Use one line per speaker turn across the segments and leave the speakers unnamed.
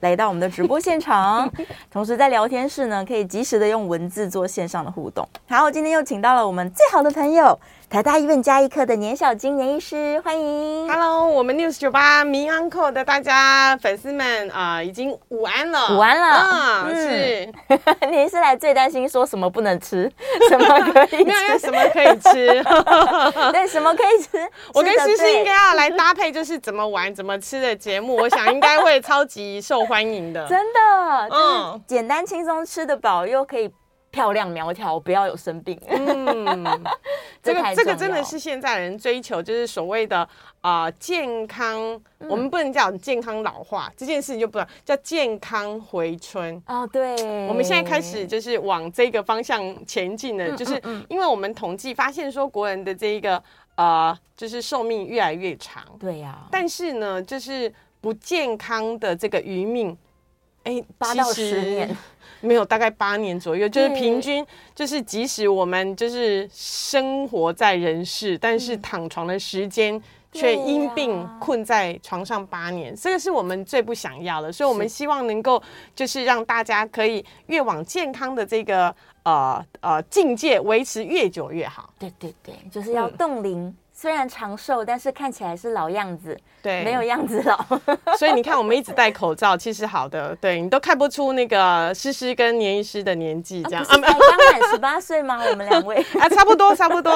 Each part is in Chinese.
来到我们的直播现场。同时在聊天室呢，可以及时的用文字做线上的互动。好，今天又请到了我们最好的朋友，台大医院加医科的年小金年医师，欢迎。
Hello，我们 News 九八民安扣的大家粉丝们啊、已经午安了，
午安了
啊，
嗯
是
您是来最担心说什么不能吃， 什么可以
没有因
吃，
为什么可以吃，
对，什么可以吃。
我跟
吃得
诗诗
对
应该要来搭配，就是怎么玩怎么吃的节目，我想应该会超级受欢迎 的。
真的，就是
嗯
简单轻松吃得饱，又可以漂亮苗条，不要有生病。
嗯，这个
太
这个
重
真的
要
是现在人追求，就是所谓的啊、呃健康，
嗯
我们不能讲健康老化这件事情就不能叫健康回春。
哦，对，
我们现在开
哦
始就是往这个方向前进
嗯
了，就是因为我们统计发现说，国人的这一个呃，就是寿命越来越长，
对呀，
但是呢，就是不健康的这个余命，哎，
八
其
到
实
十年，
没有，大概八年左右，就是
对
平均，就是即使我们就是生活在人世，但
嗯
是躺床的时间。却
对
因
呀
病困在床上八年，这个是我们最不想要的，所以我们
是
希望能够就是让大家可以越往健康的这个呃呃境界维持越久越好。
对对对，就是要
嗯
冻龄。虽然长寿，但是看起来是老样子，
对，啊
没有样子 老。
所以你看，我们一直戴口罩，其实好的，对你都看不出那个诗诗跟年医师的年纪这样
啊不是才 刚满十八岁吗？我们两位
啊，差不多，差不多。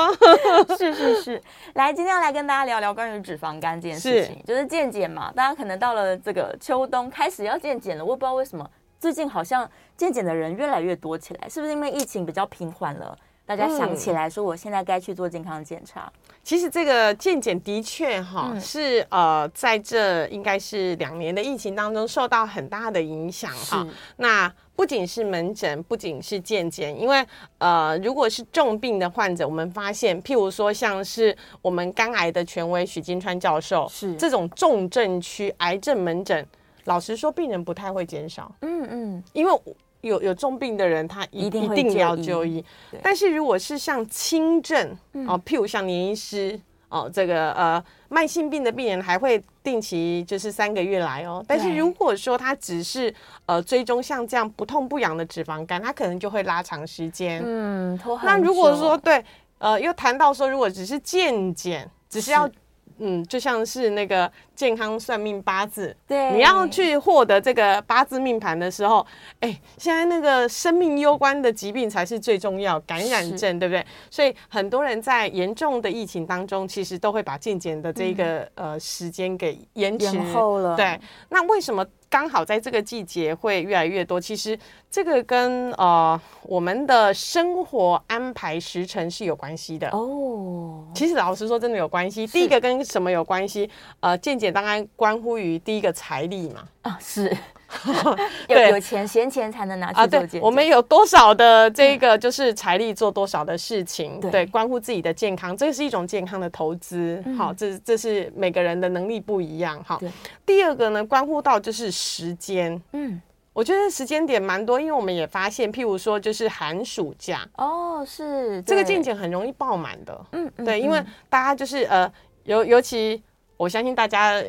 是是是。来，今天要来跟大家聊聊关于脂肪肝这件事
是
情，就是健检嘛。大家可能到了这个秋冬开始要健检了，我也不知道为什么最近好像健检的人越来越多起来，是不是因为疫情比较平缓了？大
嗯
家想起来说，我现在该去做健康检查。
其实这个健检的确哈、
嗯
是呃，在这应该是两年的疫情当中受到很大的影响哈
是。
那不仅是门诊，不仅是健检，因为呃，如果是重病的患者，我们发现，譬如说像是我们肝癌的权威许金川教授，
是
这种重症区癌症门诊，老实说，病人不太会减少。
嗯嗯，
因为有有重病的人，他一
一定会
定要
就医
就医
对。嗯
但是如果是像轻症哦，譬如像年医师哦，这个呃慢性病的病人还会定期就是三个月来哦。但是
对
如果说他只是呃追踪像这样不痛不痒的脂肪肝，他可能就会拉长时间。
嗯，拖很
那如果说
久
对，呃，又谈到说，如果只是健检，只是要
是
嗯，就像是那个健康算命八字，
对
你要去获得这个八字命盘的时候，哎，现在那个生命攸关的疾病才是最重要，感染
是
症，对不对？所以很多人在严重的疫情当中，其实都会把健检的这个、呃时间给延迟
嗯延后了，
对，，那为什么刚好在这个季节会越来越多？其实这个跟呃我们的生活安排时程是有关系的。
哦，
其实老实说，真的有关系。第一个跟什么有关系？呃，健检当然关乎于第一个财力嘛。
啊 是，有
对
有钱闲钱才能拿去
啊，
做
对
健，检。
我们有多少的这
嗯
个就是财力做多少的事情，
对
对，关乎自己的健康，这是一种健康的投资。好，这这是每个人的能力不一样。好
嗯对，
第二个呢，关乎到就是时间。
嗯
我觉得时间点蛮多，因为我们也发现，譬如说就是寒暑假，
哦是
这个
对
健检很容易爆满的。
嗯嗯
对，因为
嗯
大家就是呃，尤尤其我相信大家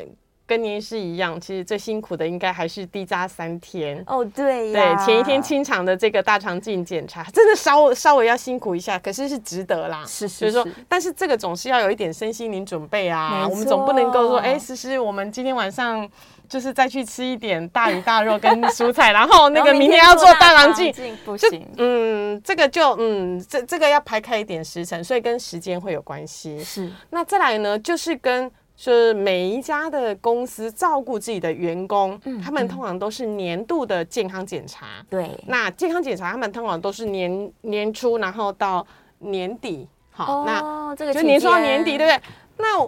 跟您是一样，其实最辛苦的应该还是低扎三天。
哦对
对
呀，
前一天清肠的这个大肠镜检查，真的稍稍微要辛苦一下，可是是值得啦。
是是
所以说
是，
但是这个总是要有一点身心灵准备啊
没。
我们总不能够
错
说，哎，思思，我们今天晚上就是再去吃一点大鱼大肉跟蔬菜，然后那
然后
个明天要做大肠镜。
不
就
行，
嗯，这个就嗯，这这个要排开一点时辰，所以跟时间会有关系。
是
那再来呢，就是跟就是每一家的公司照顾自己的员工，
嗯
他们通常都是年度的健康检查。
对，
那健康检查他们通常都是年年初，然后到年底，好，那
哦这个
就
期
年初到
间
年底，对不对？那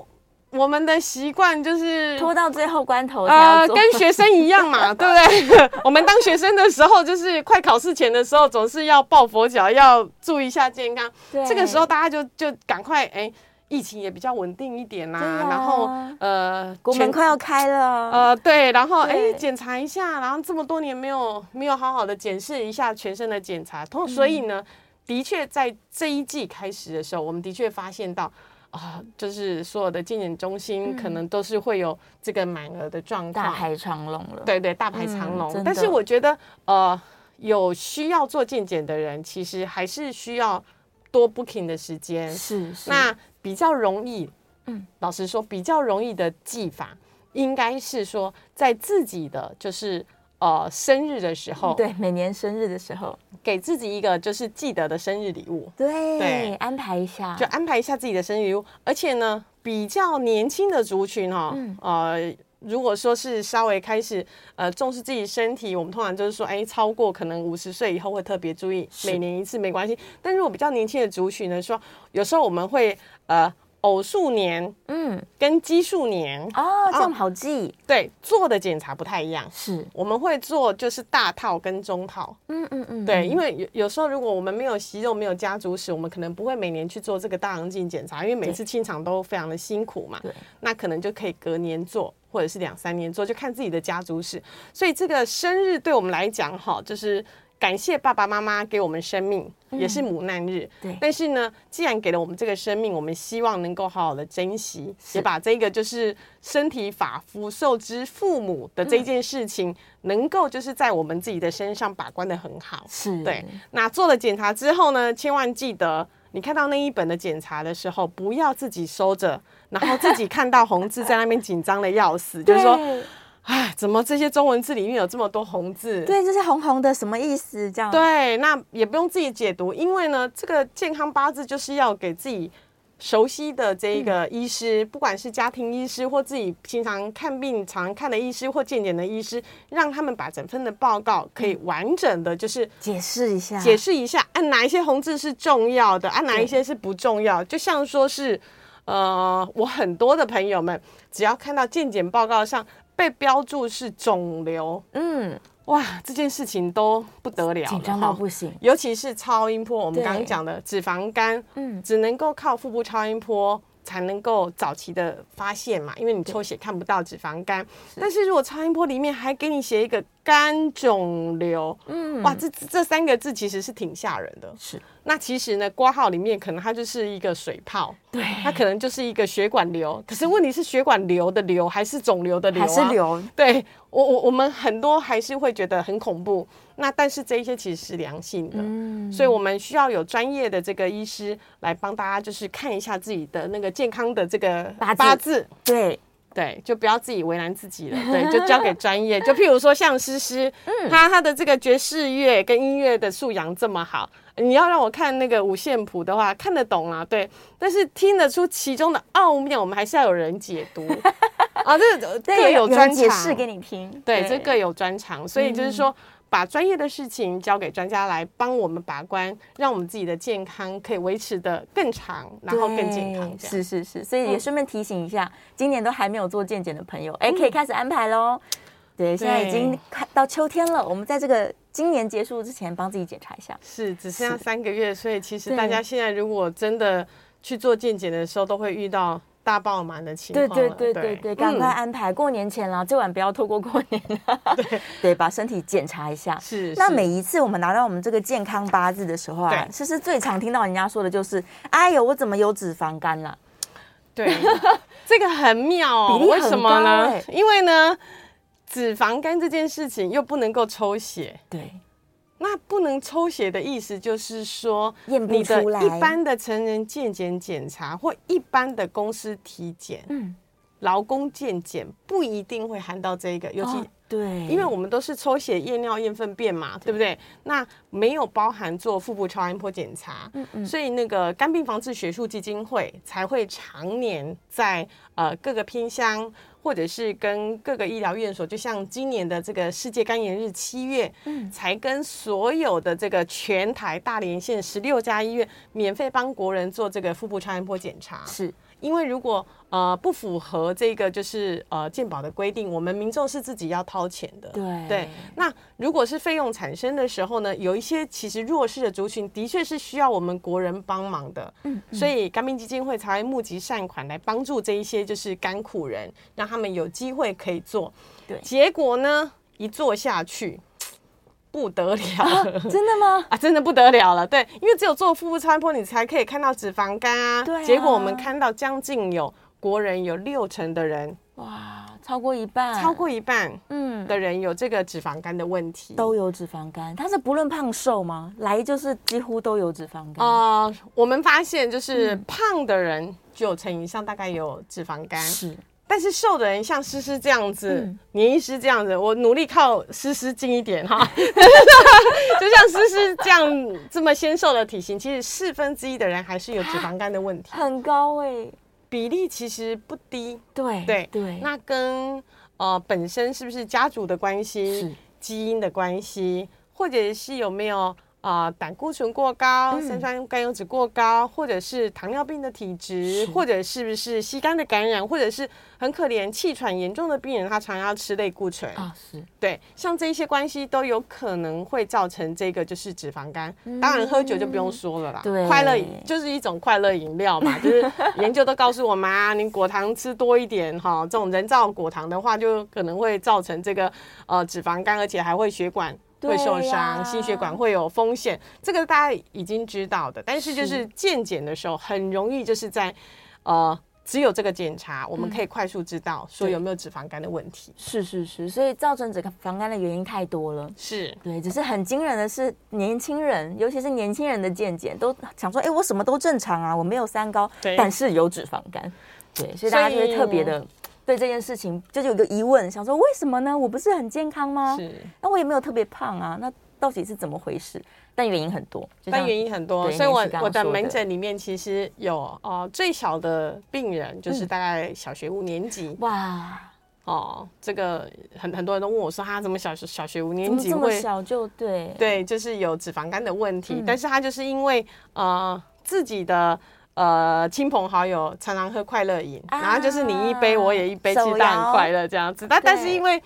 我们的习惯就是
拖到最后关头才要
呃，
做。
跟学生一样嘛，对不对？ 我们当学生的时候，就是快考试前的时候，总是要抱佛脚，要注意一下健康。
对
这个时候大家就就赶快，哎，疫情也比较稳定一点啦、
对啊
然后呃，
国门
全
快要开了，
呃，对，然后哎，
对
检查一下，然后这么多年没有没有好好的检视一下全身的检查，同所以
嗯
呢，的确在这一季开始的时候，我们的确发现到啊、就是所有的健检中心可能都是会有这个满额的状
大
况，
排长龙了。
对对，大排长
嗯
龙。
真
但是
的
我觉得呃，有需要做健检的人，其实还是需要多 booking 的时间，
是是。
那比较容易，
嗯
嗯，老实说，比较容易的技法，应该是说在自己的就是呃生日的时候，，
对每年生日的时候，
给自己一个就是记得的生日礼物，
对
对
安排一下，
就安排一下自己的生日礼物。而且呢，比较年轻的族群哦，
嗯
呃。如果说是稍微开始呃重视自己身体，我们通常就是说，哎，超过可能五十岁以后会特别注意，
是
每年一次没关系。但如果比较年轻的族群呢，说有时候我们会呃偶数年
嗯
跟奇数年
哦，这样好记，
对做的检查不太一样。
是，
我们会做就是大套跟中套，
嗯嗯嗯，
对，
嗯
因为有有时候如果我们没有息肉、没有家族史，我们可能不会每年去做这个大肠镜检查，因为每次清肠都非常的辛苦嘛
对。
那可能就可以隔年做，或者是两三年做，就看自己的家族史。所以这个生日对我们来讲，哈，就是感谢爸爸妈妈给我们生命，
嗯
也是母难日。
对
但是呢，既然给了我们这个生命，我们希望能够好好的珍惜，也把这个就是身体发肤受之父母的这件事情，能够就是在我们自己的身上把关的很好。
是，
对，那做了检查之后呢，千万记得。你看到那一本的检查的时候，不要自己收着，然后自己看到红字在那边紧张的 要死，就是说，
对
哎，怎么这些中文字里面有这么多红字？
对，这是红红的，什么意思？这样，
对，那也不用自己解读，因为呢，这个健康八字就是要给自己熟悉的这一
嗯
个医师，不管是家庭医师或自己平常看病常看的医师或健检的医师，让他们把整份的报告可以
嗯
完整的就是
解释一下，
解释一下，按、哪一些红字是重要的，按、哪一些是不重要，就像说是。呃，我很多的朋友们，只要看到健检报告上被标注是肿瘤，
嗯，
哇，这件事情都不得了了，
紧张到
哈
不行，
尤其是超音波，我们
对
刚刚讲的脂肪肝，
嗯，
只能够靠腹部超音波才能够早期的发现嘛，因为你抽血看不到脂肪肝。但是如果超音波里面还给你写一个肝肿瘤，
嗯，
哇，这这这三个字其实是挺吓人的。
是，
那其实呢，挂号里面可能它就是一个水泡，
对，
它可能就是一个血管瘤，可是问题是血管瘤的瘤还是肿瘤的瘤、啊？
还是流，
对我我我们很多还是会觉得很恐怖，那但是这一些其实是良性的，
嗯，
所以我们需要有专业的这个医师来帮大家，就是看一下自己的那个健康的这个
八字对，
对，就不要自己为难自 己了，对，就交给专业。就譬如说像诗诗，
嗯
她她的这个爵士乐跟音乐的素养这么好，你要让我看那个五线谱的话，看得懂啦，对，但是听得出其中的奥妙，我们还是要有人解 读啊，这个各
对，有
有
人
专
解
长，
释给你听，
对，这各有专长，所以
嗯
就是说，把专业的事情交给专家来帮我们把关，让我们自己的健康可以维持的更长，然后更健康
对
这样。嗯
是是是，所以也顺便提醒一下，今年都还没有做健检的朋友，哎，可以开始安排喽。对，现在已经快到秋天了，我们在这个今年结束之前帮自己检查一下。
是，只剩下三个月，所以其实
对
大家现在如果真的去做健检的时候，都会遇到大爆满的情
对
况
对
了
对对对，赶快、
嗯
安排，过年前啦，最晚不要拖过过年啦。 对对，把身体检查一下。
是。
那
是
每一次我们拿到我们这个健康八字的时候啊，
对
其实最常听到人家说的就是：“哎呦，我怎么有脂肪肝啦
对， 这个很妙哦
比，例
为
很
什么
高
呢
欸？
因为呢，脂肪肝这件事情又不能够抽血，？”
对，
那不能抽血的意思就是说，
验不
你的
出来
一般的成人健检检查或一般的公司体检、
嗯，
劳工健检不一定会含到这一个，尤其
哦对，
因为我们都是抽血、验尿、验粪便嘛，对不对？那没有包含做腹部超音波检查，所以那个肝病防治学术基金会才会常年在呃各个偏乡。或者是跟各个医疗院所，就像今年的这个世界肝炎日七月，才跟所有的这个全台大连县十六家医院免费帮国人做这个腹部超音波检查。
是
因为如果呃不符合这个就是呃健保的规定，我们民众是自己要掏钱的。
对
对，那如果是费用产生的时候呢，有一些其实弱势的族群的确是需要我们国人帮忙的。嗯，所以肝病基金会才会募集善款来帮助这一些就是甘苦人，让他们有机会可以做。
对
结果呢，一做下去不得了了。
真的吗？
啊，真的不得了了，对，因为只有做腹部超音波，你才可以看到脂肪肝啊。
对啊
结果我们看到将近有国人有六成的人，
哇，超过一半，
超过一半
嗯
的人有这个脂肪肝的问题。
都有脂肪肝，它是不论胖瘦吗？来就是几乎都有脂肪肝，
呃，我们发现就是
嗯
胖的人九成以上大概有脂肪肝，
是
但是瘦的人像诗诗这样子，
嗯
年医师这样子，我努力靠诗诗近一 点哈，就像诗诗这样这么纤瘦的体型，其实四分之一的人还是有脂肪肝的问题。
很高哎、
比例其实不低，
对
对
对，
那跟呃本身是不是家族的关
是
系、基因的关系，或者是有没有啊胆固醇过
嗯
高、三酸甘油脂过高，或者是糖尿病的体质
是，
或者是不是吸肝的感染，或者是很可怜气喘严重的病人，他常要吃类固醇。
啊是
对，像这一些关系都有可能会造成这个就是脂肪肝。当然，喝酒就不用说了啦，
嗯对
快乐饮就是一种快乐饮料嘛， 就是研究都告诉我们啊，你果糖吃多一点哈，这种人造果糖的话，就可能会造成这个呃脂肪肝，而且还会血管。会受
对呀
伤，心血管会有风险，这个大家已经知道的。但是就是是健检的时候，很容易就是在，呃，只有这个检查，我们可以快速知道说
嗯对啊
有没有脂肪肝的问题。
是是是，所以造成脂肪肝的原因太多了。
是，
对，只是很惊人的是，年轻人，尤其是年轻人的健检，都想说，哎、我什么都正常啊，我没有三高，
对
但是有脂肪肝，对，所以大家就会特别的对这件事情就是有一个疑问，想说为什么呢？我不是很健康吗？
是，
那我也没有特别胖啊，那到底是怎么回事？但原因很多，就
但
像
原因很多，
对
所以
你是刚刚
我我的
说的
门诊里面其实有呃最小的病人就是大概小学五年级、
嗯哇，
哦，这个很很多人都问我说啊他怎么小学小学五
怎
年
么
级
这么
会
小就对
对，就是有脂肪肝的问
嗯
题，但是他就是因为呃自己的。呃，亲朋好友常常喝快乐饮，
啊
然后就是你一杯我也一杯，其
手
实他
摇
很快乐这样子。但但是
对嗯
因为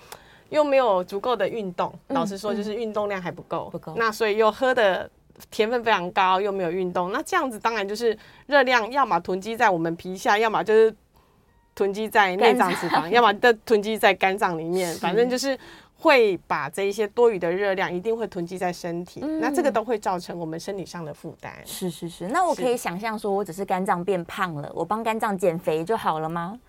又没有足够的运动，老实说就是运动量还不够，
不够
那所以又喝的甜分非常高，又没有运动，那这样子当然就是热量要么囤积在我们皮下，要么就是囤积在内脏脂肪，要么就囤积在肝脏里 面，反正就是。会把这一些多余的热量一定会囤积在身体，那这个都会造成我们身体上的负担。
是是是，那我可以想象说，我只是肝脏变胖了，我帮肝脏减肥就好了吗？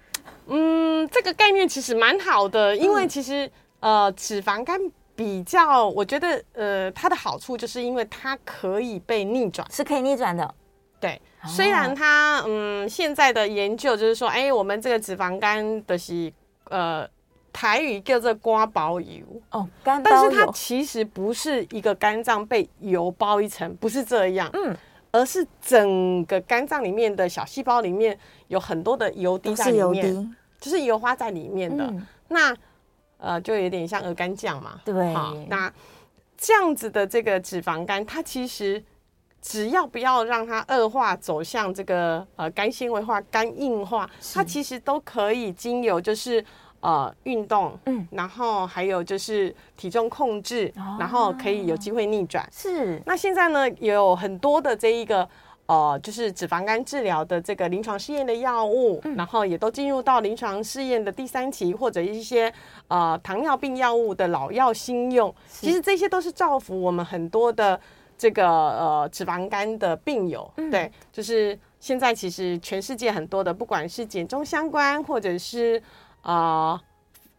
嗯，这个概念其实蛮好的，因为其实、呃，脂肪肝比较，我觉得呃，它的好处就是因为它可以被逆转。
是可以逆转的，
对，哦虽然它嗯现在的研究就是说，哎、我们这个脂肪肝的是呃台语叫做瓜包油，
哦，肝
但
包
是它
有
其实不是一个肝脏被油包一层，不是这样，
嗯，
而是整个肝脏里面的小细胞里面有很多的油滴
都
在
是
里
油
面，
滴，
就是油花在里面的，
嗯
那呃就有点像鹅肝酱嘛，
对
好，那这样子的这个脂肪肝，它其实只要不要让它恶化走向这个呃肝纤维化、肝硬化，它其实都可以经由就是呃运动，
嗯，
然后还有就是体重控制，
哦
然后可以有机会逆转。
是
那现在呢，也有很多的这一个。呃，就是脂肪肝治疗的这个临床试验的药物，然后也都进入到临床试验的第三期，或者一些呃糖尿病药物的老药新用，其实这些都是造福我们很多的这个呃脂肪肝的病友。对，就是现在其实全世界很多的，不管是减重相关，或者是啊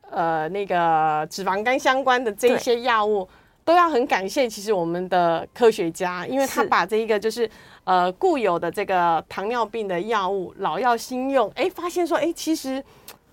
呃那个脂肪肝相关的这一些药物，都要很感谢其实我们的科学家，因为他
是
把这一个就是呃固有的这个糖尿病的药物老药新用，哎，发现说哎其实。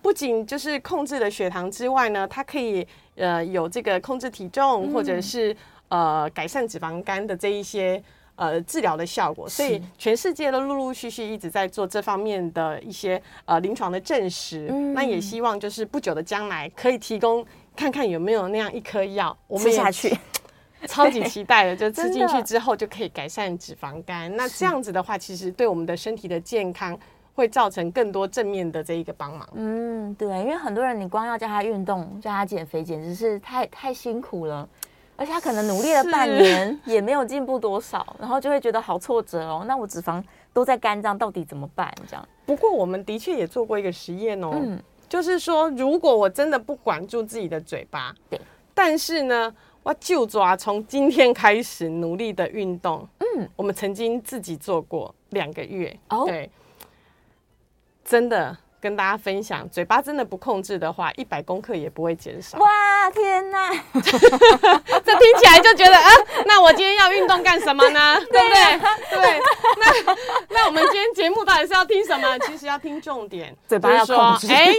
不仅就是控制了血糖之外呢，它可以呃有这个控制体
嗯
重，或者是呃改善脂肪肝的这一些呃治疗的效果，所以全世界都陆陆续续一直在做这方面的一些呃临床的证实。
嗯
那也希望就是不久的将来可以提供看看有没有那样一颗药，我们
吃
也
下去，
超级期待的，就吃
真的
进去之后就可以改善脂肪肝。那这样子的话，其实对我们的身体的健康。会造成更多正面的这一个帮忙。
嗯，对，因为很多人你光要叫他运动、叫他减肥，简直是太太辛苦了，而且他可能努力了半
是
年也没有进步多少，然后就会觉得好挫折哦。那我脂肪都在肝脏，到底怎么办？这样，
不过我们的确也做过一个实验哦，
嗯
就是说如果我真的不管住自己的嘴巴，
对，
但是呢，我就抓从今天开始努力的运动，
嗯，
我们曾经自己做过两个月，
哦
对，真的。跟大家分享，嘴巴真的不控制的话，一百公克也不会减少。
哇，天哪！
这听起来就觉得啊，那我今天要运动干什么呢？ 对不对？对，那那我们今天节目到底是要听什么？其实要听重点，
嘴巴要
就是说
控制
哎，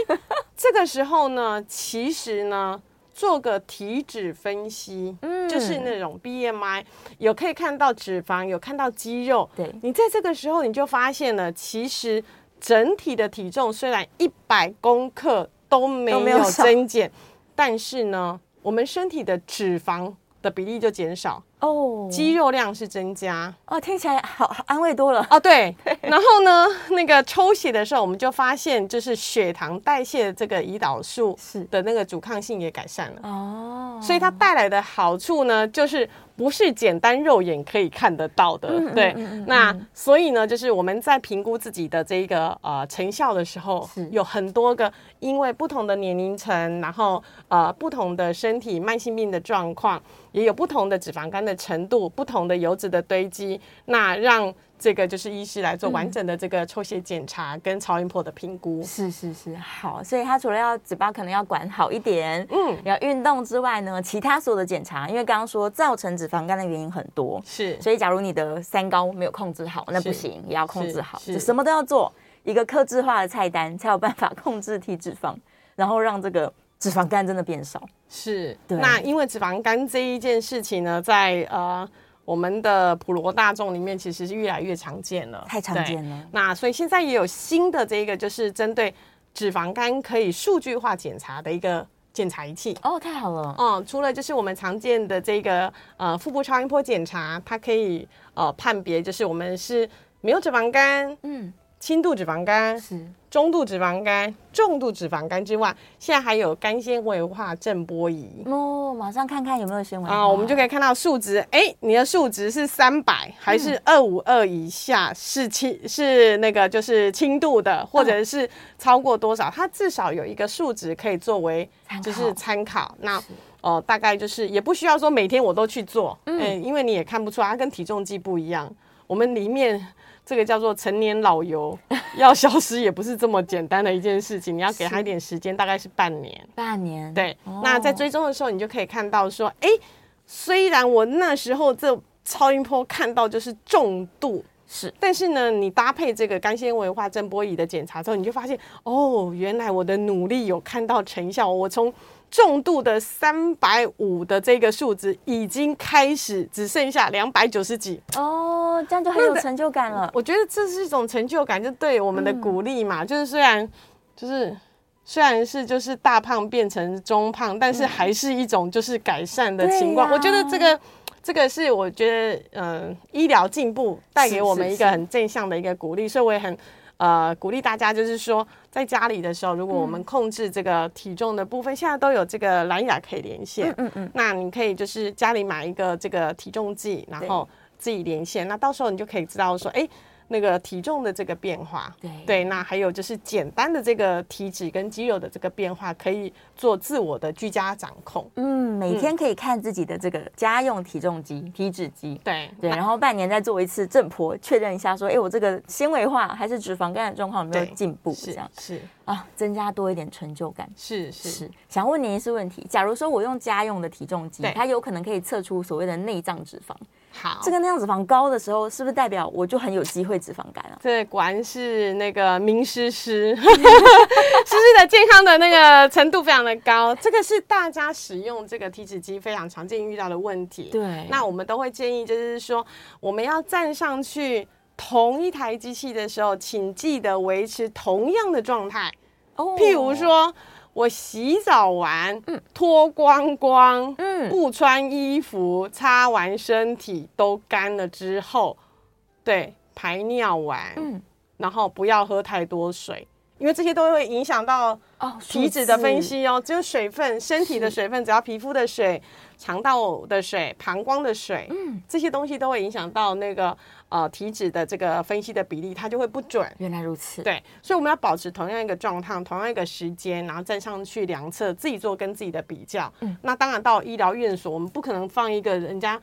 这个时候呢，其实呢。做个体脂分析，
嗯
就是那种 BMI，有可以看到脂肪，有看到肌肉。
对
你在这个时候你就发现了，其实整体的体重虽然一百公克都没
都没
有
有少
增减，但是呢，我们身体的脂肪的比例就减少，
哦，
肌肉量是增加。
哦，听起来好好安慰多了。
哦，对， 然后呢，那个抽血的时候，我们就发现，就是血糖代谢的这个胰岛素
是
的那个阻抗性也改善了。
哦，
所以它带来的好处呢，就是不是简单肉眼可以看得到的。
嗯嗯
对，
嗯嗯
那所以呢，就是我们在评估自己的这一个呃成效的时候
是，
有很多个因为不同的年龄层，然后呃不同的身体慢性病的状况，也有不同的脂肪肝的程度，不同的油脂的堆积，那让。这个就是医师来做
嗯
完整的这个抽血检查跟超音波的评估。
是是是，好，所以他除了要嘴巴可能要管好一点，
嗯，
然后运动之外呢，其他所有的检查，因为刚刚说造成脂肪肝的原因很多，
是
所以假如你的三高没有控制好，那不
是
行，也要控
是
制好，
是
就什么都要做，一个克制化的菜单才有办法控制体脂肪，然后让这个脂肪肝真的变少。
是，
对
那因为脂肪肝这一件事情呢，在呃我们的普罗大众里面，其实是越来越常见了，
太常
对
见了
那所以现在也有新的这一个，就是针对脂肪肝可以数据化检查的一个检查仪器。
哦，太好了，
哦，除了就是我们常见的这个呃腹部超音波检查，它可以呃判别就是我们是没有脂肪肝、
嗯，
轻度脂肪肝、
是
中度脂肪肝、重度脂肪肝之外，现在还有肝纤维化震波仪。
哦，马上看看有没有纤维
啊，我们就可
以
以看到数值，哎、你的数值是三百还是二五二以下是轻是那个就是轻度的，或者是超过多少，它至少有一个数值可以作为
参
就
考
是参考。那哦、呃大概就是也不需要说每天我都去做，嗯、因为你也看不出来它跟体重计不一样，我们里面。这个叫做成年老油，要消失也不是这么简单的一件事情，你要给他一点时间，大概是半年。
半年，
对，那在追踪的时候，你就可以看到说，哎、虽然我那时候这超音波看到就是重度，
是
但是呢，你搭配这个肝纤维化震波仪的检查之后，你就发现，哦，原来我的努力有看到成效，我从。重度的三百五的这个数值已经开始只剩下两百九十几，
哦，这样就很有成就感了。
我觉得这是一种成就感，就对我们的
嗯
鼓励嘛。就是虽然就是虽然是就是大胖变成中胖，但是还是一种就是改善的情
嗯
况。
对呀
我觉得这个这个是我觉得嗯、呃医疗进步带给我们一
是
个
是
很正向的一个鼓励，所以我也很。呃，鼓励大家就是说，在家里的时候，如果我
嗯
们控制这个体重的部分，现在都有这个蓝牙可以连线，
嗯嗯嗯，
那你可以就是家里买一个这个体重计，然后自己连线，那到时候你就可以知道说，哎、那个体重的这个变化，
对
那还有就是简单的这个体脂跟肌肉的这个变化，可以做自我的居家掌控。
嗯，每天可以看自己的这个家用体重机、体脂机。
对
对，然后半年再做一次正坡，确认一下说，哎，我这个纤维化还是脂肪肝的状况有没有
对
进步？这
是
样
是
啊，增加多一点成就感。
是是，
想问您一些问题。假如说我用家用的体重机
对，
它有可能可以测出所谓的内脏脂肪。
好，
这个内脏脂肪高的时候，是不是代表我就很有机会脂肪肝啊？
这果然是那个名师师， 师师的健康的那个程度非常的高，这个是大家使用这个体脂机非常常见遇到的问题。
对
那我们都会建议，就是说我们要站上去同一台机器的时候，请记得维持同样的状态。
哦
譬如，说，我洗澡完，脱光光，
嗯
不穿衣服，擦完身体都干了之后，对，排尿完，
嗯
然后不要喝太多水，因为这些都会影响到
哦，
体脂的分析哦，只有水分，身体的水分，只要皮肤的水、肠道的水、膀胱的水，嗯，这些东西都会影响到那个呃体脂的这个分析的比例，它就会不准。
原来如此，
对，所以我们要保持同样一个状态、同样一个时间，然后站上去量测，自己做跟自己的比较。那当然到医疗院所，我们不可能放一个人家，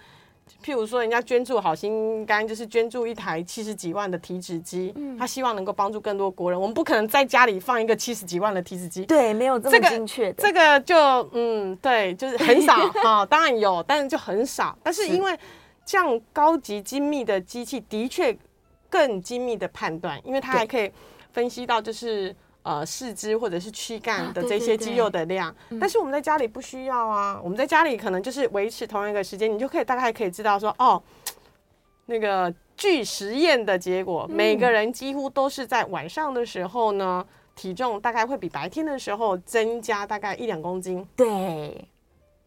譬如说人家捐助好心肝，就是捐助一台七十几万的体脂机，他希望能够帮助更多国人。我们不可能在家里放一个七十几万的体脂机。
对，没有这
这
么
个
精确的，
这个就嗯，对，就是很少哈、当然有，但是就很少。但是因为这样高级精密的机器，的确更精密的判断，因为它还可以分析到就是呃四肢或者是躯干
啊对
的这
对嗯
些
对
肌肉的量。但是我们在家里不需要啊，我们在家里可能就是维持同样一个时间，你就可以大概可以知道说哦，那个据实验的结果，每
嗯
个人几乎都是在晚上的时候呢，体重大概会比白天的时候增加大概一两公斤。
对。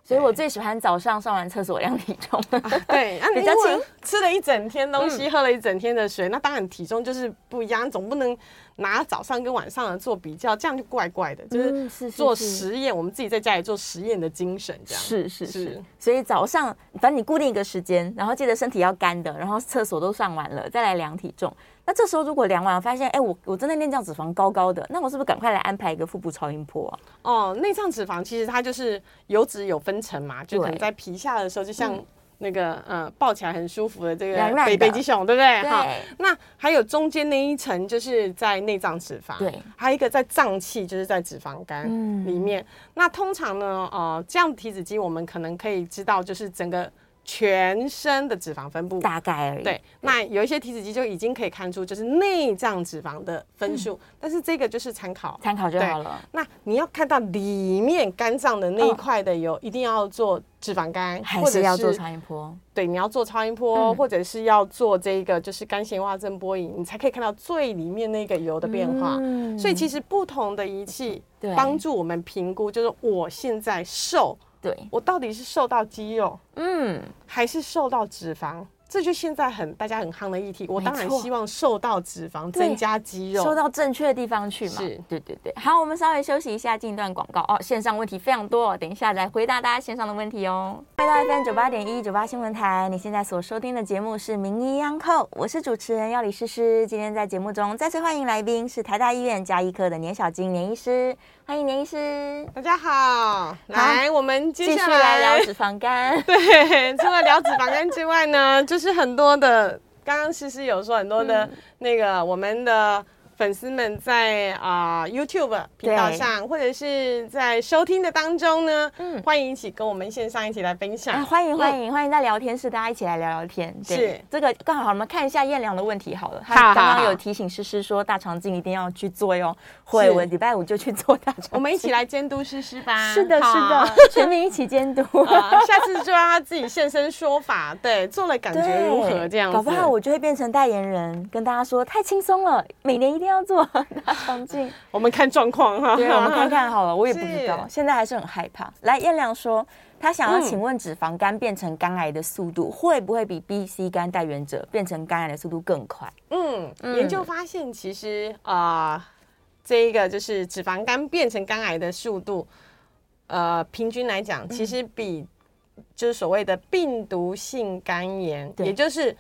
所以我最喜欢早上上完厕所量体重，
对，那、啊、
比
你
较
如果
轻
吃了一整天东西，
嗯
喝了一整天的水，那当然体重就是不一样，总不能拿早上跟晚上的做比较，这样就怪怪的。 就
嗯
是
是是
做
是
实验，我们自己在家里做实验的精神这样。
是是是
是，
所以早上反正你固定一个时间，然后记得身体要干的，然后厕所都上完了，再来量体重。那这时候如果量完发现，哎、我我真的那降脂肪高高的，那我是不是赶快来安排一个腹部超音波啊？
哦，内脏脂肪其实它就是油脂有分层嘛，就可能
对
在皮下的时候，就像那个、呃抱起来很舒服的这个
软软
北
的
北极熊，对不对？
对
哈，那还有中间那一层就是在内脏脂肪，
对
还有一个在脏器，就是在脂肪肝
嗯
里面。那通常呢，呃，这样的体脂机我们可能可以知道，就是整个全身的脂肪分布。
大概而已。
对，，那有一些体脂机就已经可以看出就是内脏脂肪的分数，
嗯
但是这个就是参考，
参考就
对
好了。
那你要看到里面肝脏的那一块的油，一定要做脂肪肝，
嗯还
或者
是要做超音波，
对，你要做超音波，
嗯
或者是要做这个就是肝纤化振波仪，你才可以看到最里面那个油的变化。
嗯
所以其实不同的仪器
对
帮助我们评估，就是我现在瘦，
对，
我到底是瘦到肌肉
嗯，
还是瘦到脂肪？这就现在很大家很夯的议题。我当然
没错
希望瘦到脂肪，
对
增加肌肉。
收到正确的地方去嘛。
是
对对对。好，我们稍微休息一下，进一段广告哦。线上问题非常多、哦，等一下来回答大家线上的问题哦。欢迎到 FM 九八点一九八新闻台，你现在所收听的节目是《名医央叩》，我是主持人药理诗诗。今天在节目中再次欢迎来宾是台大医院加医科的年小金年医师，欢迎年医师。
大家好，来，我们
继
接
续
下
来聊脂肪肝，
对， 除了聊脂肪肝之外呢，就是很多的，刚刚诗诗有说很多
嗯
的那个我们的粉丝们在啊、YouTube 频道上，或者是在收听的当中呢，
嗯
欢迎一起跟我们线上一起来分享。
啊，欢迎欢迎欢迎在聊天室，大家一起来聊聊天。对
是
这个刚好我们看一下燕良的问题好了，
好
他
好
刚刚
好
有提醒诗诗说大肠镜一定要去做哟，会我礼拜五就去做大肠镜。
我们一起来监督诗诗吧。
是的，是
啊好
的，全民一起监督。
啊下次就让他自己现身说法，对，做了感觉如何这样子？
搞不好我就会变成代言人，跟大家说太轻松了，每年一定要做大肠镜。
我们看状况 哈。
对，我 们看看好了，我也不知道，
是
现在还是很害怕。来，燕良说，他想要
嗯
请问脂肪肝变成肝癌的速度会不会比 B、C 肝带源者变成肝癌的速度更快？
嗯，研究发现，其实啊、呃这一个就是脂肪肝变成肝癌的速度，呃，平均来讲，其实
嗯
比、就是所谓的病毒性肝炎，
对
也就是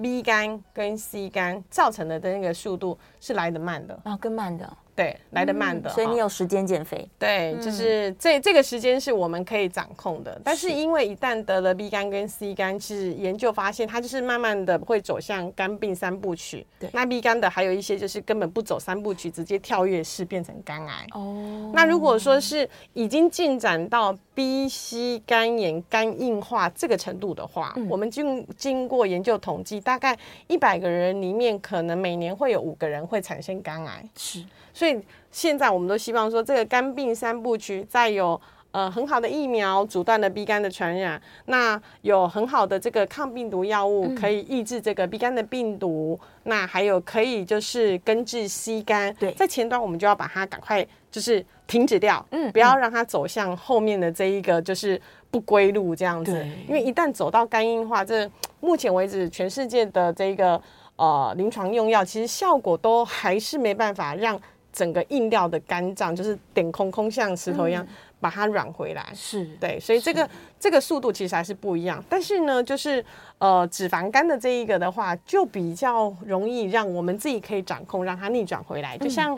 B 肝跟 C 肝造成的那个速度是来得慢的，
哦，更慢的，
对，来得慢的。
嗯所以你
哦
有时间减肥，
对，就是这这个时间是我们可以掌控的，但是因为一旦得了 B 肝跟 C 肝，其实研究发现它就是慢慢的会走向肝病三部曲。
对
那 B 肝的还有一些就是根本不走三部曲，直接跳跃式变成肝癌。
哦，
那如果说是已经进展到 B、C 肝炎、肝硬化这个程度的话，
嗯
我们经经过研究统计，大概一百个人里面，可能每年会有五个人会产生肝癌。
是
所以现在我们都希望说，这个肝病三部曲，再有呃很好的疫苗阻断了 B 肝的传染，那有很好的这个抗病毒药物
嗯
可以抑制这个 B 肝的病毒，那还有可以就是根治 C 肝。
对
在前端我们就要把它赶快就是停止掉，
嗯
不要让它走向后面的这一个就是不归路这样子
对，
因为一旦走到肝硬化，这目前为止全世界的这个。呃临床用药，其实效果都还是没办法让整个硬掉的肝脏就是点空空像石头一样、把它软回来。
是，
对，所以这个这个速度其实还是不一样。但是呢，就是呃，脂肪肝的这一个的话，就比较容易让我们自己可以掌控，让它逆转回
嗯
来。就像、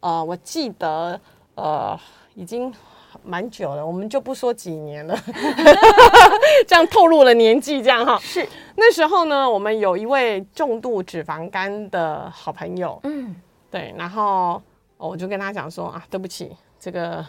呃，我记得呃，已经蛮久了，我们就不说几年了， 这样透露了年纪，这样哈。
是，
那时候呢，我们有一位重度脂肪肝的好朋友，
嗯，
对，然后哦我就跟他讲说啊，对不起，这个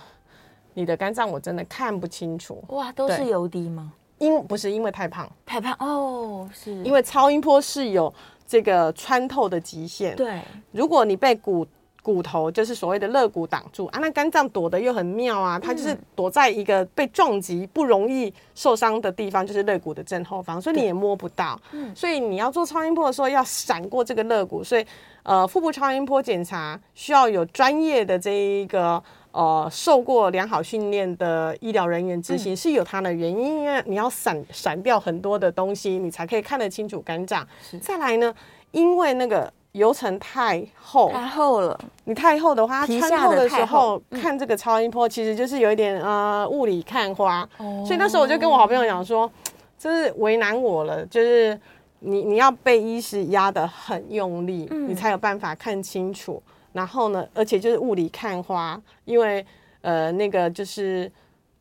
你的肝脏我真的看不清楚，
哇，都是
对
油滴吗？
因不是因为太胖，
太胖哦，是
因
为
为超音波是有这个穿透的极限。，
对，
如果你被骨骨头就是所谓的肋骨挡住啊，那肝脏躲得又很妙啊，它就是躲在一个被撞击不容易受伤的地方，就是肋骨的正后方，所以你也摸不到。所以你要做超音波的时候要闪过这个肋骨，所以呃，腹部超音波检查需要有专业的这一个。呃，受过良好训练的医疗人员执行、是有它的原因，因为你要闪闪掉很多的东西，你才可以看得清楚肝脏。再来呢，因为那个油层太厚，
太厚了，
你太厚的话，
皮
它
下
穿透
的
的
太
时候
厚嗯
看这个超音波，其实就是有一点呃雾里看花。
哦
所以那时候我就跟我好朋友讲说，这是为难我了，就是你你要被医师压得很用力，
嗯
你才有办法看清楚。然后呢，而且就是雾里看花，因为呃那个就是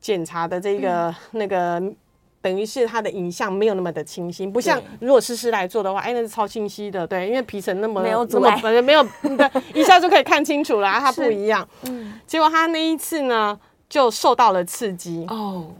检查的这个、
嗯
那个。等于是它的影像没有那么的清晰，不像
对
如果诗诗来做的话，哎，那是超清晰的，对，因为皮层那么
没有阻
那么
碍
本来没有， 对，一下就可以看清楚了、啊，它
是
不一样。
嗯，
结果他那一次呢，就受到了刺激。
哦，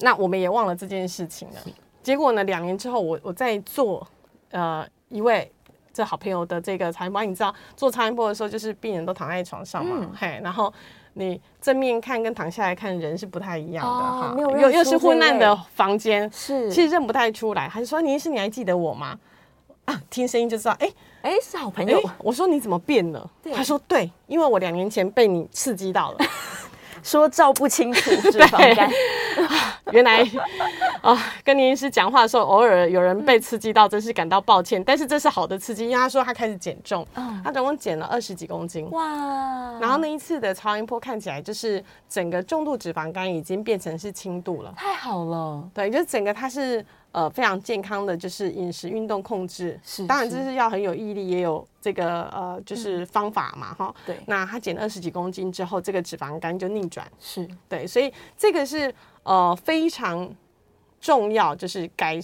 那我们也忘了这件事情了。结果呢，两年之后，我我在做呃一位这好朋友的这个超音波，你知道做超音波的时候，就是病人都躺在床上嘛，
嗯
嘿，然后你正面看跟躺下来看人是不太一样的
哦
哈，
没有认
又又
出
是
这
昏暗的
位
房间，
是，
其实认不太出来。还说你是你还记得我吗？啊，听声音就知道，哎、
哎，是好朋
哎、
友，
我说你怎么变了
对？
他说对，因为我两年前被你刺激到了，
说照不清 楚脂肪肝，
原来啊，跟林医师讲话的时候，偶尔有人被刺激到，真是感到抱歉。但是这是好的刺激，因为他说他开始减重，
嗯
他总共减了二十几公斤。
哇，
然后那一次的超音波看起来就是整个重度脂肪肝已经变成是轻度了，
太好了，
对，就是整个它是呃非常健康的，就是饮食、运动控制。
是
当然
是嗯
这是要很有毅力，也有这个呃就是方法嘛，哈、
对
那他减了二十几公斤之后，这个脂肪肝就逆转。
是
对，所以这个是呃非常重要，就是改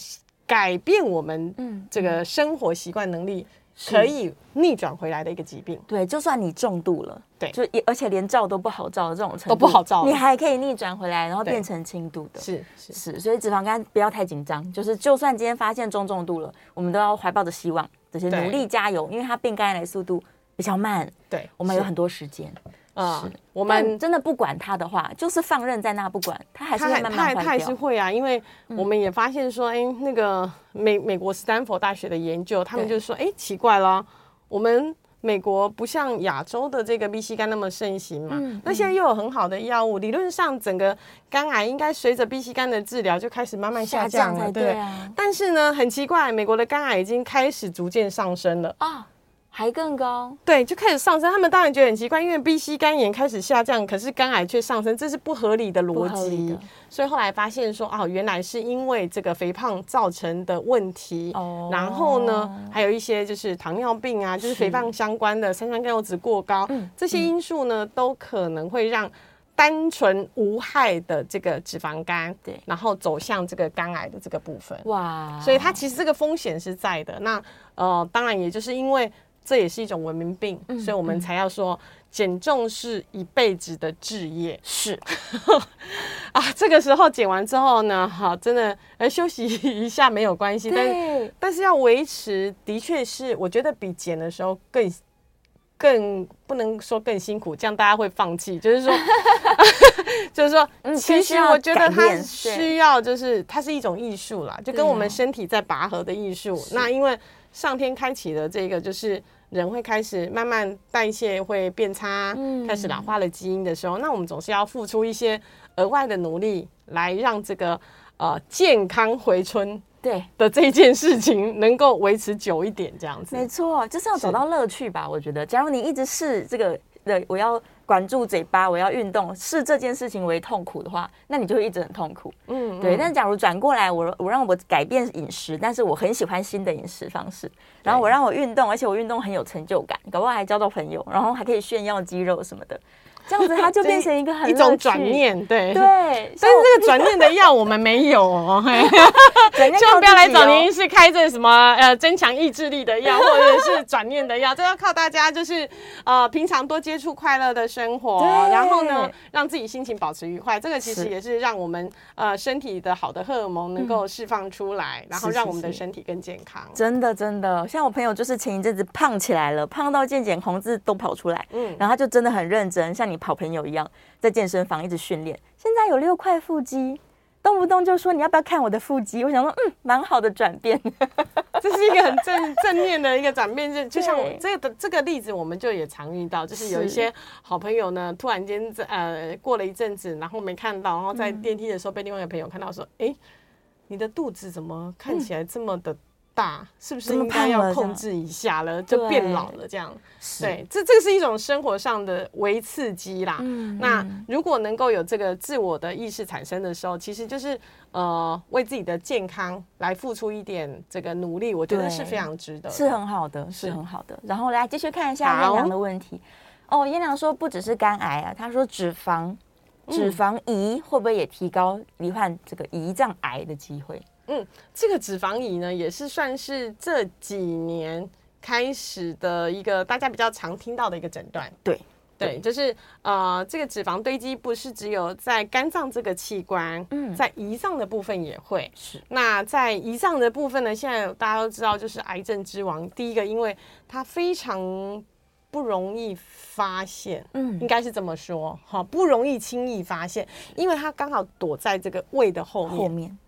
改变我们
嗯
这个生活习惯能力可以逆转回来的一个疾病。
对，就算你重度了，
对
就也而且连照都不好照的这种程度
都不好照
你还可以逆转回来，然后
对
变成轻度的。
是是，
是，所以脂肪肝不要太紧张，就是就算今天发现中重度了，我们都要怀抱着希望，这些
对
努力加油，因为它病肝癌的速度比较慢，
对，
我们有
是
很多时间。
呃，我
我
们
真的不管它的话，就是放任在那不管，它还是
他
会
还
慢
他
慢
还他
坏
还是
掉。嗯
会啊，因为我们也发现说，哎、那个美美国斯坦福大学的研究，他们
对
就说，哎、奇怪了，我们美国不像亚洲的这个 B C 肝那么盛行嘛，
嗯
那现在又有很好的药物，理论上整个肝癌应该随着 B C 肝的治疗就开始慢慢下降
下降才
了，
对
对不对
啊
但是呢，很奇怪，美国的肝癌已经开始逐渐上升了。
啊，还更高，
对，就开始上升。他们当然觉得很奇怪，因为 B C 肝炎开始下降，可是肝癌却上升，这是不合理的逻
不合理
辑
的。
所以后来发现说，哦，原来是因为这个肥胖造成的问题。
哦
然后呢，还有一些就是糖尿病啊，就是肥胖相关的三酸甘油脂过高，
嗯
这些因素呢，都可能会让。单纯无害的这个脂肪肝，
对
然后走向这个肝癌的这个部分，
哇！
所以它其实这个风险是在的。那呃，当然也就是因为这也是一种文明病，所以我们才要说减重是一辈子的置业
是
啊。这个时候减完之后呢，好、真的呃休息一下没有关系，但
对，
但是要维持，的确是我觉得比减的时候更。更不能说更辛苦，这样大家会放弃。就是说， 就是说，
嗯
其
更需
实
要
我觉得
改
它
变对
需要，就是它是一种艺术啦，就
对
跟我
啊
们身体在拔河的艺术。那因为上天开启了这个，就是人会开始慢慢代谢会变差，
嗯
开始老化了基因的时候，那我们总是要付出一些额外的努力，来让这个呃健康回春
对，
的这件事情能够维持久一点，这样子。
没错，就是要找到乐趣吧。我觉得，假如你一直视这个的，我要管住嘴巴，我要运动，视这件事情为痛苦的话，那你就会一直很痛苦。
嗯，
对，但假如转过来，我我让我改变饮食，但是我很喜欢新的饮食方式，然后我让我运动，而且我运动很有成就感，搞不好还交到朋友，然后还可以炫耀肌肉什么的，这样子 它就变成一个很
一种
乐趣
转。念，对。
对，
但是这个转念的药我们没有 哦，嘿
哎转念
千万不要
靠
来
自己
找
哦
林医师开这什么呃增强意志力的药，或者是转念的药， 这要靠大家就是呃平常多接触快乐的生活，
对
然后呢让自己心情保持愉快，这个其实
是
也是让我们呃身体的好的荷尔蒙能够释放出来，然后
嗯是
让
是
我们的
是
身体更健康。
真的真的，像我朋友就是前一阵子胖起来了，胖到健检红字都跑出来，
嗯
然后他就真的很认真，像你跑朋友一样，在健身房一直训练。现在有六块腹肌，动不动就说你要不要看我的腹肌？我想说，嗯，蛮好的转变。
这是一个很正正面的一个转变，就就像我
对
这个这个例子，我们就也常遇到，就是有一
是
些好朋友呢，突然间在呃过了一阵子，然后没看到，然后在电梯的时候被另外一个朋友看到说，哎、你的肚子怎么看起来这么的大？是不是
这么
应该
胖
要
了
控制一下了？就
对
变老了这样。对，这这个是一种生活上的微刺激啦。
嗯
那如果能够有这个自我的意识产生的时候，其实就是呃为自己的健康来付出一点这个努力，我觉得
对
是非常值得 的。
是哦很好的，是
是
很好的。然后来继续看一下燕
好
良的问题。哦，燕良说不只是肝癌啊，他说脂肪。
嗯
脂肪胰会不会也提高罹患这个胰脏癌的机会？
这个脂肪仪呢，也是算是这几年开始的一个大家比较常听到的一个诊断。
对，
对，就是呃，这个脂肪堆积不是只有在肝脏这个器官，
嗯
在胰脏的部分也会。
是
那在胰脏的部分呢，现在大家都知道，就是癌症之王。第一个，因为它非常不容易发现，
嗯
应该是这么说，哈，不容易轻易发现，因为它刚好躲在这个胃的后面。
后面，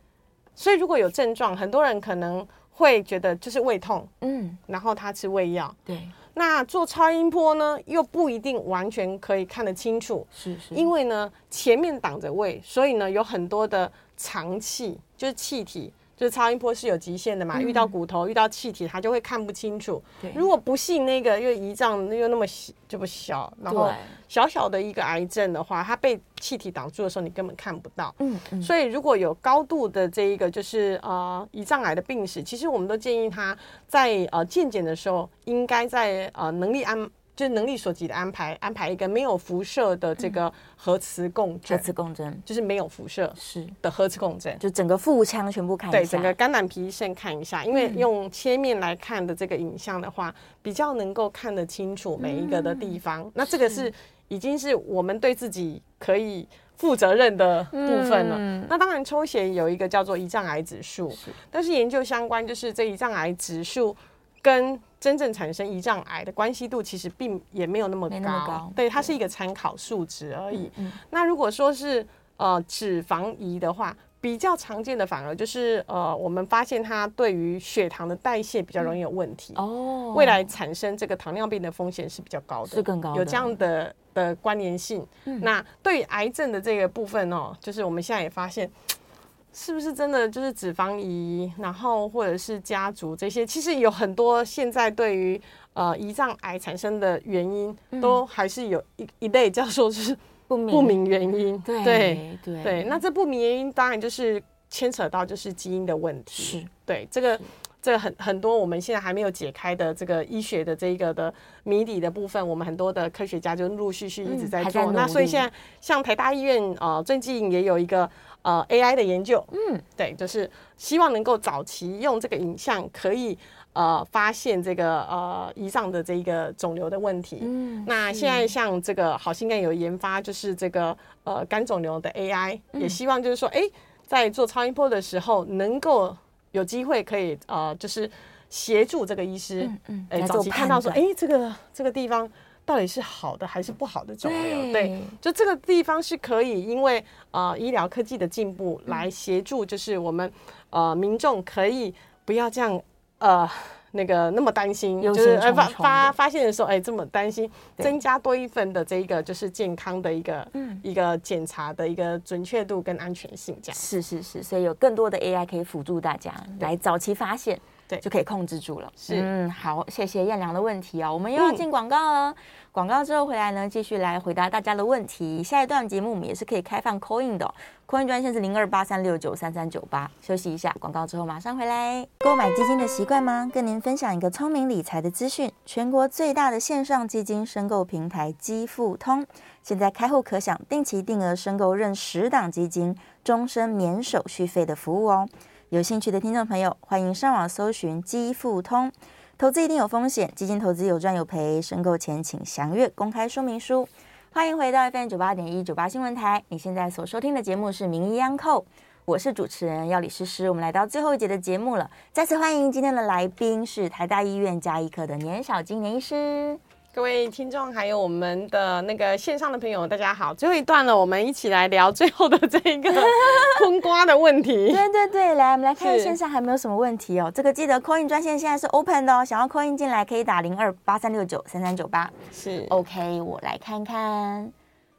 所以如果有症状，很多人可能会觉得就是胃痛，
嗯，
然后他吃胃药。
对，
那做超音波呢，又不一定完全可以看得清楚，
是是，
因为呢前面挡着胃，所以呢有很多的肠气，就是气体。就是超音波是有极限的嘛，遇到骨头、遇到气体，它就会看不清楚
对。
如果不幸那个又胰脏又那么小，这么小，然后
对
小小的一个癌症的话，它被气体挡住的时候，你根本看不到。
嗯嗯，
所以如果有高度的这一个就是呃胰脏癌的病史，其实我们都建议他在呃健检的时候，应该在呃能力安。就是能力所及的安排，安排一个没有辐射的这个核磁共
嗯
振，
核磁共振
就是没有辐射
是，
的核磁共振。
就整个腹腔全部看一下，嗯
对，整个肝胆脾肾看一下，因为用切面来看的这个影像的话，比较能够看得清楚每一个的
嗯
地方。那这个是已经是我们对自己可以负责任的部分了。
嗯
那当然，抽血有一个叫做胰脏癌指数，但是研究相关就是这胰脏癌指数跟真正产生胰脏癌的关系度其实并也没有那么高，
没那么高嗯
对，它是一个参考数值而已。那如果说是呃脂肪胰的话，比较常见的反而就是呃我们发现它对于血糖的代谢比较容易有问题，
哦，
未来产生这个糖尿病的风险是比较高的，
是更高的嗯
有这样的的关联性。那对于癌症的这个部分哦，就是我们现在也发现。是不是真的就是脂肪移，然后或者是家族这些？其实有很多现在对于呃胰脏癌产生的原因，
嗯
都还是有一一类叫做就是
不明
不明原因。
对
对
对
对，那这不明原因当然就是牵扯到就是基因的问题。
是
对，这个这个很很多我们现在还没有解开的这个医学的这一个的谜底的部分，我们很多的科学家就陆陆续续一直
嗯
在
还
做。
在
那
努
所以
力
现在像台大医院呃最近也有一个呃 AI 的研究，嗯，对，就是希望能够早期用这个影像可以。呃，发现这个呃胰脏的这一个肿瘤的问题，
嗯
那现在像这个好心肝有研发，就是这个呃肝肿瘤的 AI，、也
嗯
希望就是说，哎、在做超音波的时候，能够有机会可以呃，就是协助这个医师，
嗯嗯
哎、
来做
早期看到说，哎、
判
这个这个地方到底是好的还是不好的肿
对
瘤？对，就这个地方是可以因为呃医疗科技的进
嗯
步来协助，就是我们呃民众可以不要这样呃那个那么担心，
忧
就
心
是呃
忡
发
忡
发
的
发现的时候，哎，这么担心，
对
增加多一份的这一个就是健康的一个、
嗯
一个检查的一个准确度跟安全性这样。
是是是，所以有更多的 AI 可以辅助大家来早期发现，
对
就可以控制住了。
是
嗯，好，谢谢燕良的问题哦，我们又要
嗯
进广告了。广告之后回来呢，继续来回答大家的问题。下一段节目我们也是可以开放 c o i n 的、哦、c o i n 专线是零二八三六九三三九八。休息一下，广告之后马上回来。购买基金的习惯吗？跟您分享一个聪明理财的资讯：全国最大的线上基金申购平台基富通。现在开户可享定期定额申购任十档基金，终身免手续费的服务哦。有兴趣的听众朋友，欢迎上网搜寻基富通。投资一定有风险，基金投资有赚有赔，申购前请详阅公开说明书。欢迎回到 FM 九八点一九八新闻台，你现在所收听的节目是《名医央叩》，我是主持人药理诗诗。我们来到最后一节的节目了，再次欢迎今天的来宾是台大医院加医科的年小金年医师。
各位听众，还有我们的那个线上的朋友，大家好！最后一段了，我们一起来聊最后的这一 个坤瓜的问题。
对对对，来，我们来看
是
线上还没有什么问题哦。这个记得 coin 专线现在是 open 的哦，想要 coin 进来可以打零二八三六九三三九八。
是
OK，我来看看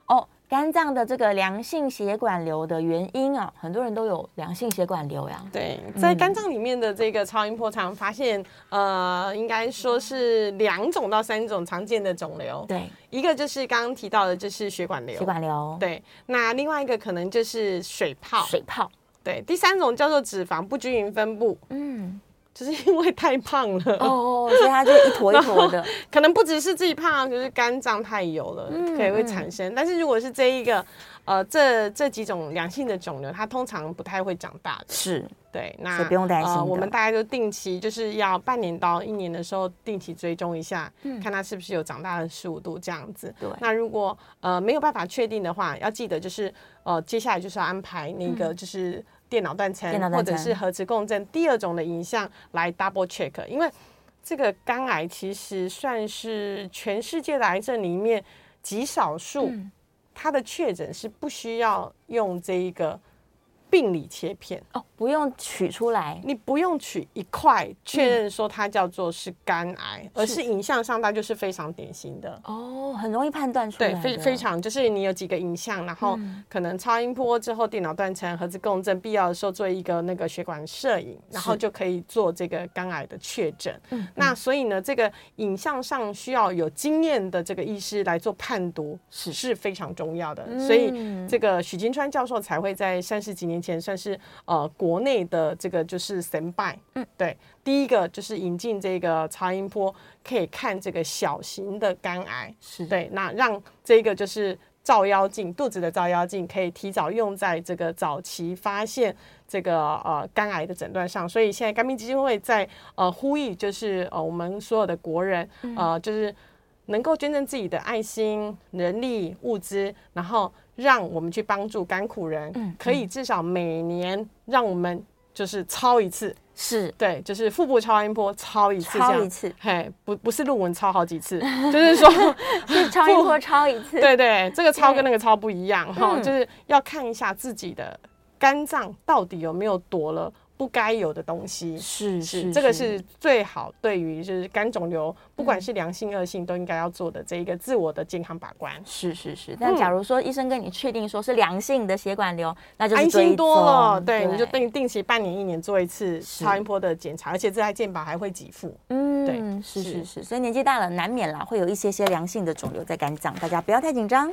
哦，肝脏的这个良性血管瘤的原因啊，很多人都有良性血管瘤呀。
对，在肝脏里面的这个超音波常发现，呃，应该说是两种到三种常见的肿瘤，
对，
一个就是刚刚提到的，就是血管瘤，
血管瘤，，
对，那另外一个可能就是水泡，
水泡，
对，第三种叫做脂肪不均匀分布，
嗯，
就是因为太胖了，
哦哦，哦所以它就一坨一坨 的，
可能不只是自己胖，就是肝脏太油了，可以会产生。但是如果是这一个，呃，这这几种良性的肿瘤，它通常不太会长大的。
是
对，那
所以不用担心的
呃。我们大概就定期，就是要半年到一年的时候定期追踪一下，看它是不是有长大的十五度这样子。
嗯对
那如果呃没有办法确定的话，要记得就是呃接下来就是要安排那个就是电脑断层
嗯电脑断
或者
层
是核磁共振第二种的影像来 double check，因为这个肝癌其实算是全世界的癌症里面极少数，
嗯
它的确诊是不需要用这一个病理切片。
哦，不用取出来，
你不用取一块确认说它叫做是肝癌，而是影像上它就是非常典型的。
哦，很容易判断出来
对，
的，嗯
非非常就是你有几个影像，然后可能超音波之后，电脑断层、核磁共振，必要的时候做一个那个血管摄影，然后就可以做这个肝癌的确诊。
嗯
那所以呢，这个影像上需要有经验的这个医师来做判读
是
是非常重要的。所以
嗯
这个许金川教授才会在三十几年前算是呃国内的这个就是神拜，嗯，对，第一个就是引进这个超音波可以看这个小型的肝癌。
是，
对，那让这个就是照妖镜，肚子的照妖镜可以提早用在这个早期发现这个呃肝癌的诊断上。所以现在肝病基金会在呃呼吁，就是呃我们所有的国人呃就是能够捐赠自己的爱心、人力、物资，然后让我们去帮助甘苦人，可以至少每年让我们就是抄一次，
是
对，就是腹部超音波抄一次，这
抄
样
一次，
嘿，不不是论文抄好几次，就是说
是超一波超一次，
对对，这个超
对
跟那个超不一样哈，
嗯
就是要看一下自己的肝脏到底有没有躲了不该有的东西。
是
是，这个是最好对于就是肝肿瘤，不管是良性恶性，都应该要做的这一个自我的健康把关。
是是
嗯
是，但假如说医生跟你确定说是良性的血管瘤，那就是
安
追
心多了，
踪
对，你就定定期半年、一年做一次超音波的检查，而且这台健保还会给付。
嗯，
对
是是
是
是，所以年纪大了难免啦，会有一些些良性的肿瘤在肝脏，大家不要太紧张。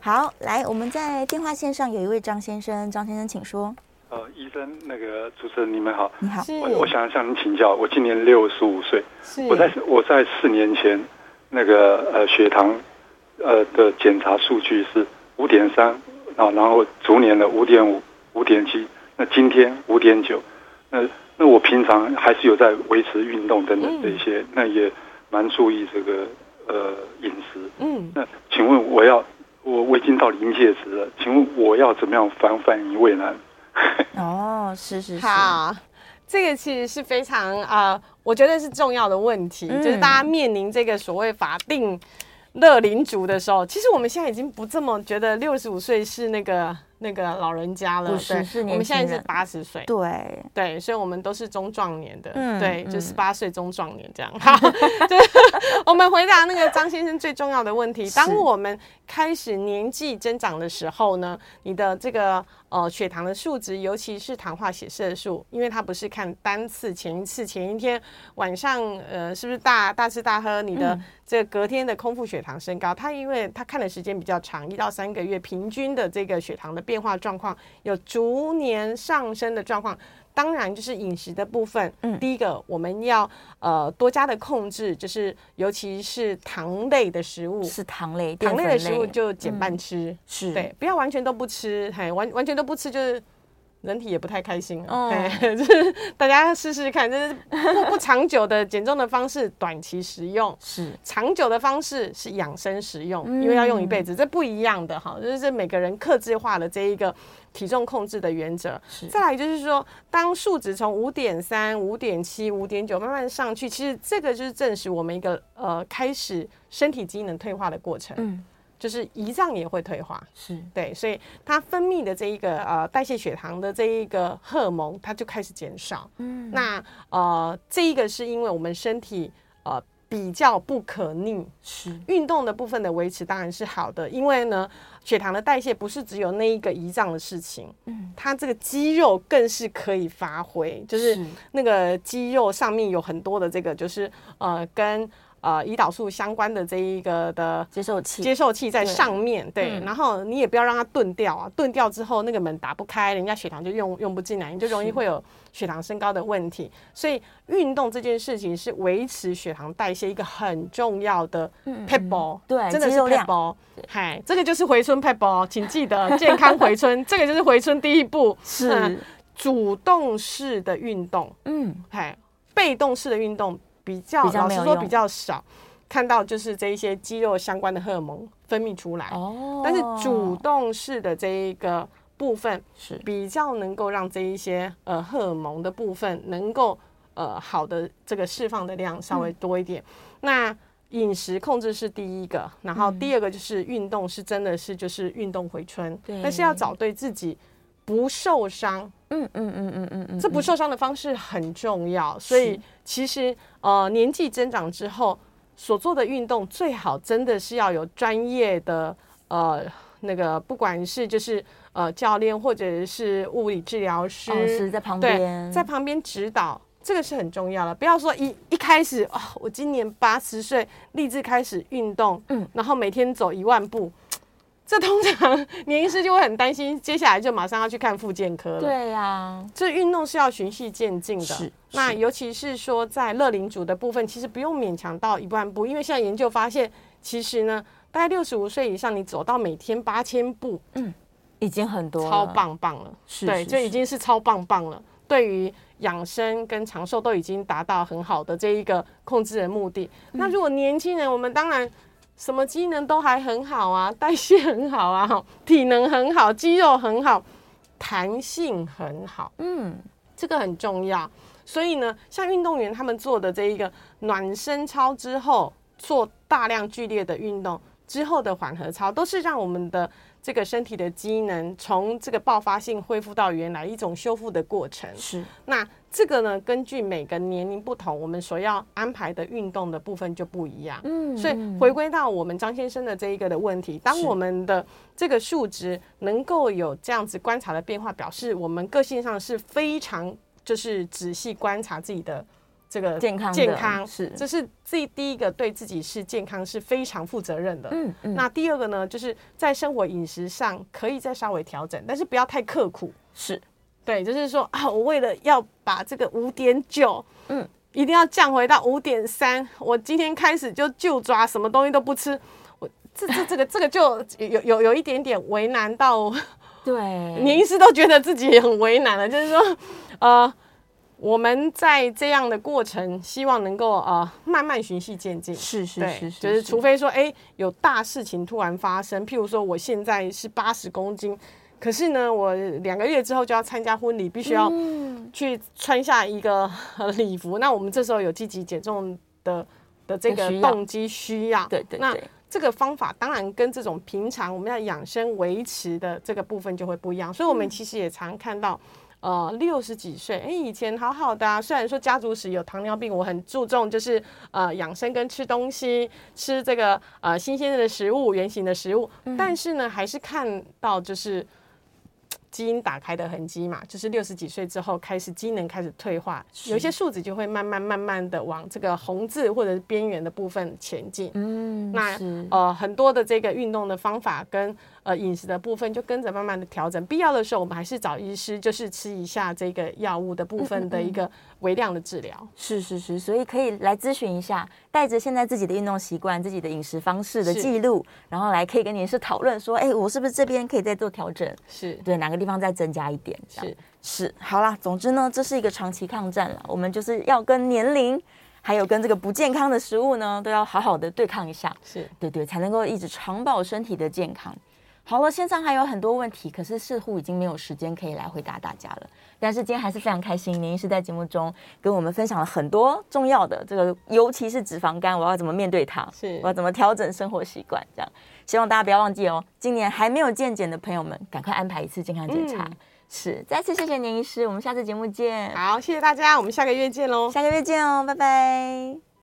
好，来，我们在电话线上有一位张先生，张先生请说。
呃，医生，那个主持人你们好，
你好，
是，
我我想向您请教，我今年六十五岁，
是，
我在我在四年前那个呃血糖呃的检查数据是五点三，啊，然后逐年的五点五、五点七，那今天五点九，那那我平常还是有在维持运动等等这一些，那也蛮注意这个呃饮食，
嗯，
那请问我要我我已经到临界值了，请问我要怎么样防范于未然？
哦，是是是，
好，这个其实是非常呃，我觉得是重要的问题，
嗯
就是大家面临这个所谓法定乐龄族的时候，其实我们现在已经不这么觉得六十五岁是那个那个老人家了，
50是年
对
轻人
我们现在是八十岁，
对，
对，所以我们都是中壮年的，
嗯
对，就
嗯
十八岁中壮年这样。 好，对，我们回答那个张先生最重要的问题：当
是
我们开始年纪增长的时候呢，你的这个呃血糖的数值，尤其是糖化血色素，因为它不是看单次前一次前一天晚上呃是不是大大吃大喝，你
嗯
的这个隔天的空腹血糖升高，它因为它看的时间比较长，一到三个月平均的这个血糖的变化状况有逐年上升的状况。当然，就是饮食的部分。
嗯
第一个我们要呃多加的控制，就是尤其是糖类的食物，
是糖类、嗯
糖类
淀
的
粉
食物就减半吃，
是
对，不要完全都不吃，嘿，完完全都不吃就是。人体也不太开心、啊，
哦
嘿 就是大家试试看，就是不不长久的减重的方式，短期食用，
是
长久的方式是养生食用，因为要用一辈子，这不一样的哈，就是每个人克制化的这一个体重控制的原则。再来就是说，当数值从五点三、五点七、五点九慢慢上去，其实这个就是证实我们一个呃开始身体机能退化的过程，
嗯
就是胰脏也会退化。
是
对，所以它分泌的这一个呃代谢血糖的这一个荷尔蒙，它就开始减少。嗯，那呃这一个是因为我们身体呃比较不可逆，
是
运动的部分的维持当然是好的，因为呢，血糖的代谢不是只有那一个胰脏的事情，嗯，它这个肌肉更是可以发挥，就是
是
那个肌肉上面有很多的这个，就是呃跟呃胰岛素相关的这一个的
接受器，
接受器在上面，对，嗯然后你也不要让它钝掉啊，钝掉之后那个门打不开，人家血糖就用用不进来，你就容易会有血糖升高的问题。所以运动这件事情是维持血糖代谢一个很重要的 p e b b l
嗯对
真的
肌
是
肉
p e
量
b b l 嗨，这个就是回春 p e b b l 请记得健康回春，这个就是回春第一步，嗯
是
主动式的运动。
嗯
哎，被动式的运动比较，
比较
老
没
实
有
说
用
比较少看到，就是这一些肌肉相关的荷尔蒙分泌出来。
哦
但是主动式的这一个部分，
是
比较能够让这一些呃荷尔蒙的部分能够呃好的这个释放的量稍
嗯
微多一点。那饮食控制是第一个，然
嗯
后第二个就是运动，是真的是就是运动回春，
对
但是要找对自己不受伤，
嗯嗯嗯嗯嗯嗯，
这不受伤的方式很重要，所以其实呃年纪增长之后所做的运动，最好真的是要有专业的呃那个，不管是就是呃教练或者是物理治疗师，
哦是在旁边
对，在旁边指导。这个是很重要的，不要说一一开始啊、我今年八十岁，立志开始运动，
嗯
嗯，然后每天走一万步，这通常 年医师就会很担心，接下来就马上要去看复健科了。
对呀，
这运动是要循序渐进的。
是
那
是
尤其是说在乐龄组的部分，其实不用勉强到一万步，因为现在研究发现，其实呢，大概六十五岁以上，你走到每天八千步，
已经很多了
超，棒棒了。
是
对，
是
就已经是超棒棒了。对于养生跟长寿都已经达到很好的这一个控制的目的。
嗯
那如果年轻人，我们当然什么机能都还很好啊，代谢很好啊，体能很好，肌肉很好，弹性很好。
嗯
这个很重要。所以呢，像运动员他们做的这一个暖身操之后，做大量剧烈的运动之后的缓和操，都是让我们的这个身体的机能从这个爆发性恢复到原来一种修复的过程。
是
那这个呢，根据每个年龄不同，我们所要安排的运动的部分就不一样。
嗯
所以回归到我们张先生的这一个的问题，当
是
我们的这个数值能够有这样子观察的变化，表示我们个性上是非常就是仔细观察自己的这个
健康的
健康
是
这是这第一个对自己是健康是非常负责任的。
嗯嗯
那第二个呢，就是在生活饮食上可以再稍微调整，但是不要太刻苦。
是
对，就是说啊，我为了要把这个五点九，
嗯
嗯，一定要降回到五点三，我今天开始就就抓什么东西都不吃，我这这这个这个就有有有一点点为难到 我
对
连医师都觉得自己也很为难了，就是说，呃，我们在这样的过程，希望能够呃慢慢循序渐进。
是是
对
是是，
就是除非说，哎、有大事情突然发生，譬如说我现在是八十公斤，可是呢，我两个月之后就要参加婚礼，必须要
嗯
去穿下一个 呃礼服，那我们这时候有积极减重的的这
的
个
需要
动机需要，
对对
那
对
这个方法当然跟这种平常我们要养生维持的这个部分就会不一样，所以我们其实也常看到。呃，六十几岁，哎，以前好好的、啊，虽然说家族史有糖尿病，我很注重就是呃养生跟吃东西，吃这个呃新鲜的食物、原形的食物，但是呢，还是看到就是基因打开的痕迹嘛，就是六十几岁之后开始机能开始退化，有一些数值就会慢慢慢慢的往这个红字或者是边缘的部分前进。
嗯，
那
是
呃很多的这个运动的方法跟呃饮食的部分就跟着慢慢的调整，必要的时候我们还是找医师，就是吃一下这个药物的部分的一个微量的治疗。
是是是，所以可以来咨询一下，带着现在自己的运动习惯、自己的饮食方式的
是
记录，然后来可以跟您是讨论说，哎，我是不是这边可以再做调整？
是
对，哪个地方再增加一点？这样
是
是，好啦，总之呢，这是一个长期抗战了，我们就是要跟年龄，还有跟这个不健康的食物呢，都要好好的对抗一下，
是，
对对，才能够一直长保身体的健康。好了，线上还有很多问题，可是似乎已经没有时间可以来回答大家了。但是今天还是非常开心，您是在节目中跟我们分享了很多重要的这个，尤其是脂肪肝，我要怎么面对它，
是
我要怎么调整生活习惯，这样。希望大家不要忘记哦，今年还没有健检的朋友们，赶快安排一次健康检查。
嗯
是，再次谢谢年医师，我们下次节目见，
好，谢谢大家，我们下个月见喽。
下个月见哦，拜拜。